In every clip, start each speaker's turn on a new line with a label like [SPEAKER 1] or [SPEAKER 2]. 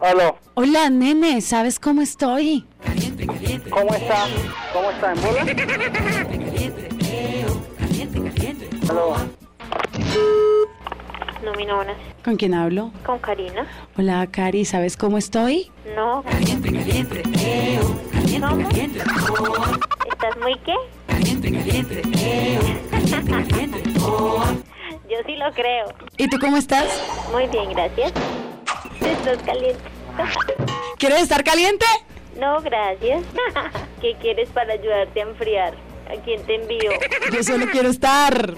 [SPEAKER 1] Hola.
[SPEAKER 2] Hola, nene, ¿sabes cómo estoy?
[SPEAKER 1] ¿Cómo está? ¿Cómo está? ¿En bola? Aló.
[SPEAKER 3] No, mi no, buenas.
[SPEAKER 2] ¿Con quién hablo?
[SPEAKER 3] Con Karina.
[SPEAKER 2] Hola, Cari, ¿sabes cómo estoy?
[SPEAKER 3] No. ¿Cómo? ¿Estás muy qué? Yo sí lo creo.
[SPEAKER 2] ¿Y tú cómo estás?
[SPEAKER 3] Muy bien, gracias. Estás caliente.
[SPEAKER 2] ¿Quieres estar caliente?
[SPEAKER 3] No, gracias. ¿Qué quieres para ayudarte a enfriar? ¿A quién te envío?
[SPEAKER 2] Yo solo quiero estar.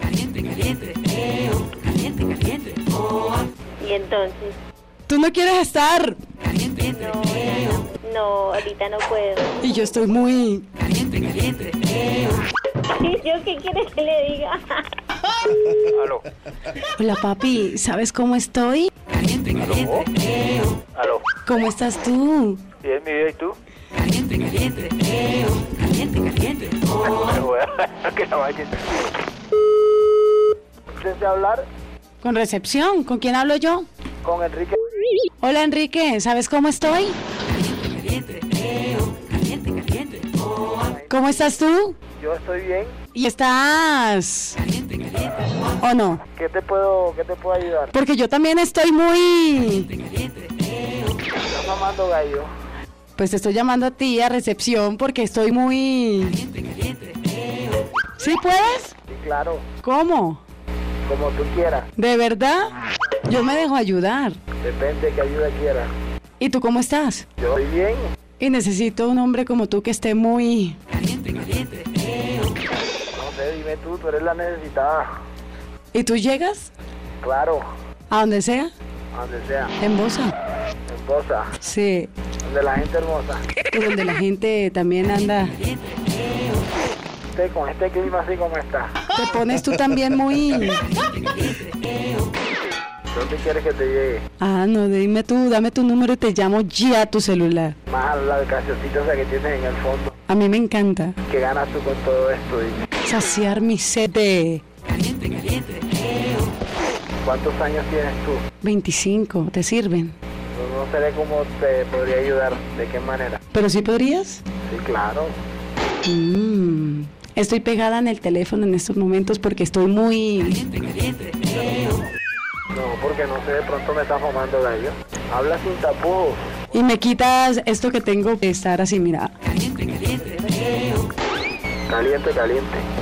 [SPEAKER 3] Y entonces,
[SPEAKER 2] Tú no quieres estar.
[SPEAKER 3] no, no, no, ahorita no puedo.
[SPEAKER 2] Y yo estoy muy...
[SPEAKER 3] ¿Y yo qué quieres que le diga?
[SPEAKER 1] Aló.
[SPEAKER 2] Hola, papi, ¿sabes cómo estoy?
[SPEAKER 1] Aló. Aló.
[SPEAKER 2] ¿Cómo estás tú?
[SPEAKER 1] Bien, mi vida, ¿y tú? Que la vaya. Desea hablar
[SPEAKER 2] Con recepción, ¿con quién hablo yo?
[SPEAKER 1] con Enrique.
[SPEAKER 2] Hola, Enrique, ¿sabes cómo estoy? ¿Cómo estás tú?
[SPEAKER 1] Yo estoy bien.
[SPEAKER 2] ¿Y estás? ¿O no?
[SPEAKER 1] ¿Qué te puedo, qué te puedo ayudar?
[SPEAKER 2] Porque yo también estoy muy...
[SPEAKER 1] Estás mamando gallo.
[SPEAKER 2] Pues te estoy llamando a ti a recepción porque estoy muy... ¿Sí puedes?
[SPEAKER 1] Sí, claro.
[SPEAKER 2] ¿Cómo?
[SPEAKER 1] Como tú quieras.
[SPEAKER 2] ¿De verdad? Yo me dejo ayudar.
[SPEAKER 1] Depende de qué ayuda quieras.
[SPEAKER 2] ¿Y tú cómo estás?
[SPEAKER 1] Yo estoy bien.
[SPEAKER 2] Y necesito un hombre como tú que esté muy...
[SPEAKER 1] No sé, dime tú, tú eres la necesitada.
[SPEAKER 2] ¿Y tú llegas?
[SPEAKER 1] Claro.
[SPEAKER 2] ¿A donde sea?
[SPEAKER 1] a Donde sea.
[SPEAKER 2] ¿En Bosa?
[SPEAKER 1] Hermosa.
[SPEAKER 2] Sí.
[SPEAKER 1] Donde la gente hermosa.
[SPEAKER 2] Y donde la gente también anda.
[SPEAKER 1] Usted con este clima así como está.
[SPEAKER 2] Te pones tú también muy...
[SPEAKER 1] ¿Dónde quieres que te llegue?
[SPEAKER 2] Ah, no, dime tú, dame tu número y te llamo ya a tu celular.
[SPEAKER 1] Más al lado del cancioncito esa que tienes en el fondo.
[SPEAKER 2] A mí me encanta
[SPEAKER 1] ¿Qué ganas tú con todo esto? Dime.
[SPEAKER 2] saciar mi sed de
[SPEAKER 1] ¿Cuántos años tienes tú?
[SPEAKER 2] 25, ¿te sirven?
[SPEAKER 1] No, no sé cómo te podría ayudar. ¿De qué manera?
[SPEAKER 2] ¿Pero sí podrías?
[SPEAKER 1] Sí, claro.
[SPEAKER 2] Mm, Estoy pegada en el teléfono en estos momentos porque estoy muy...
[SPEAKER 1] No, porque no sé, de pronto me estás mamando gallo. Habla sin tapujos.
[SPEAKER 2] Y me quitas esto que tengo que estar así, mira.
[SPEAKER 1] Caliente, caliente.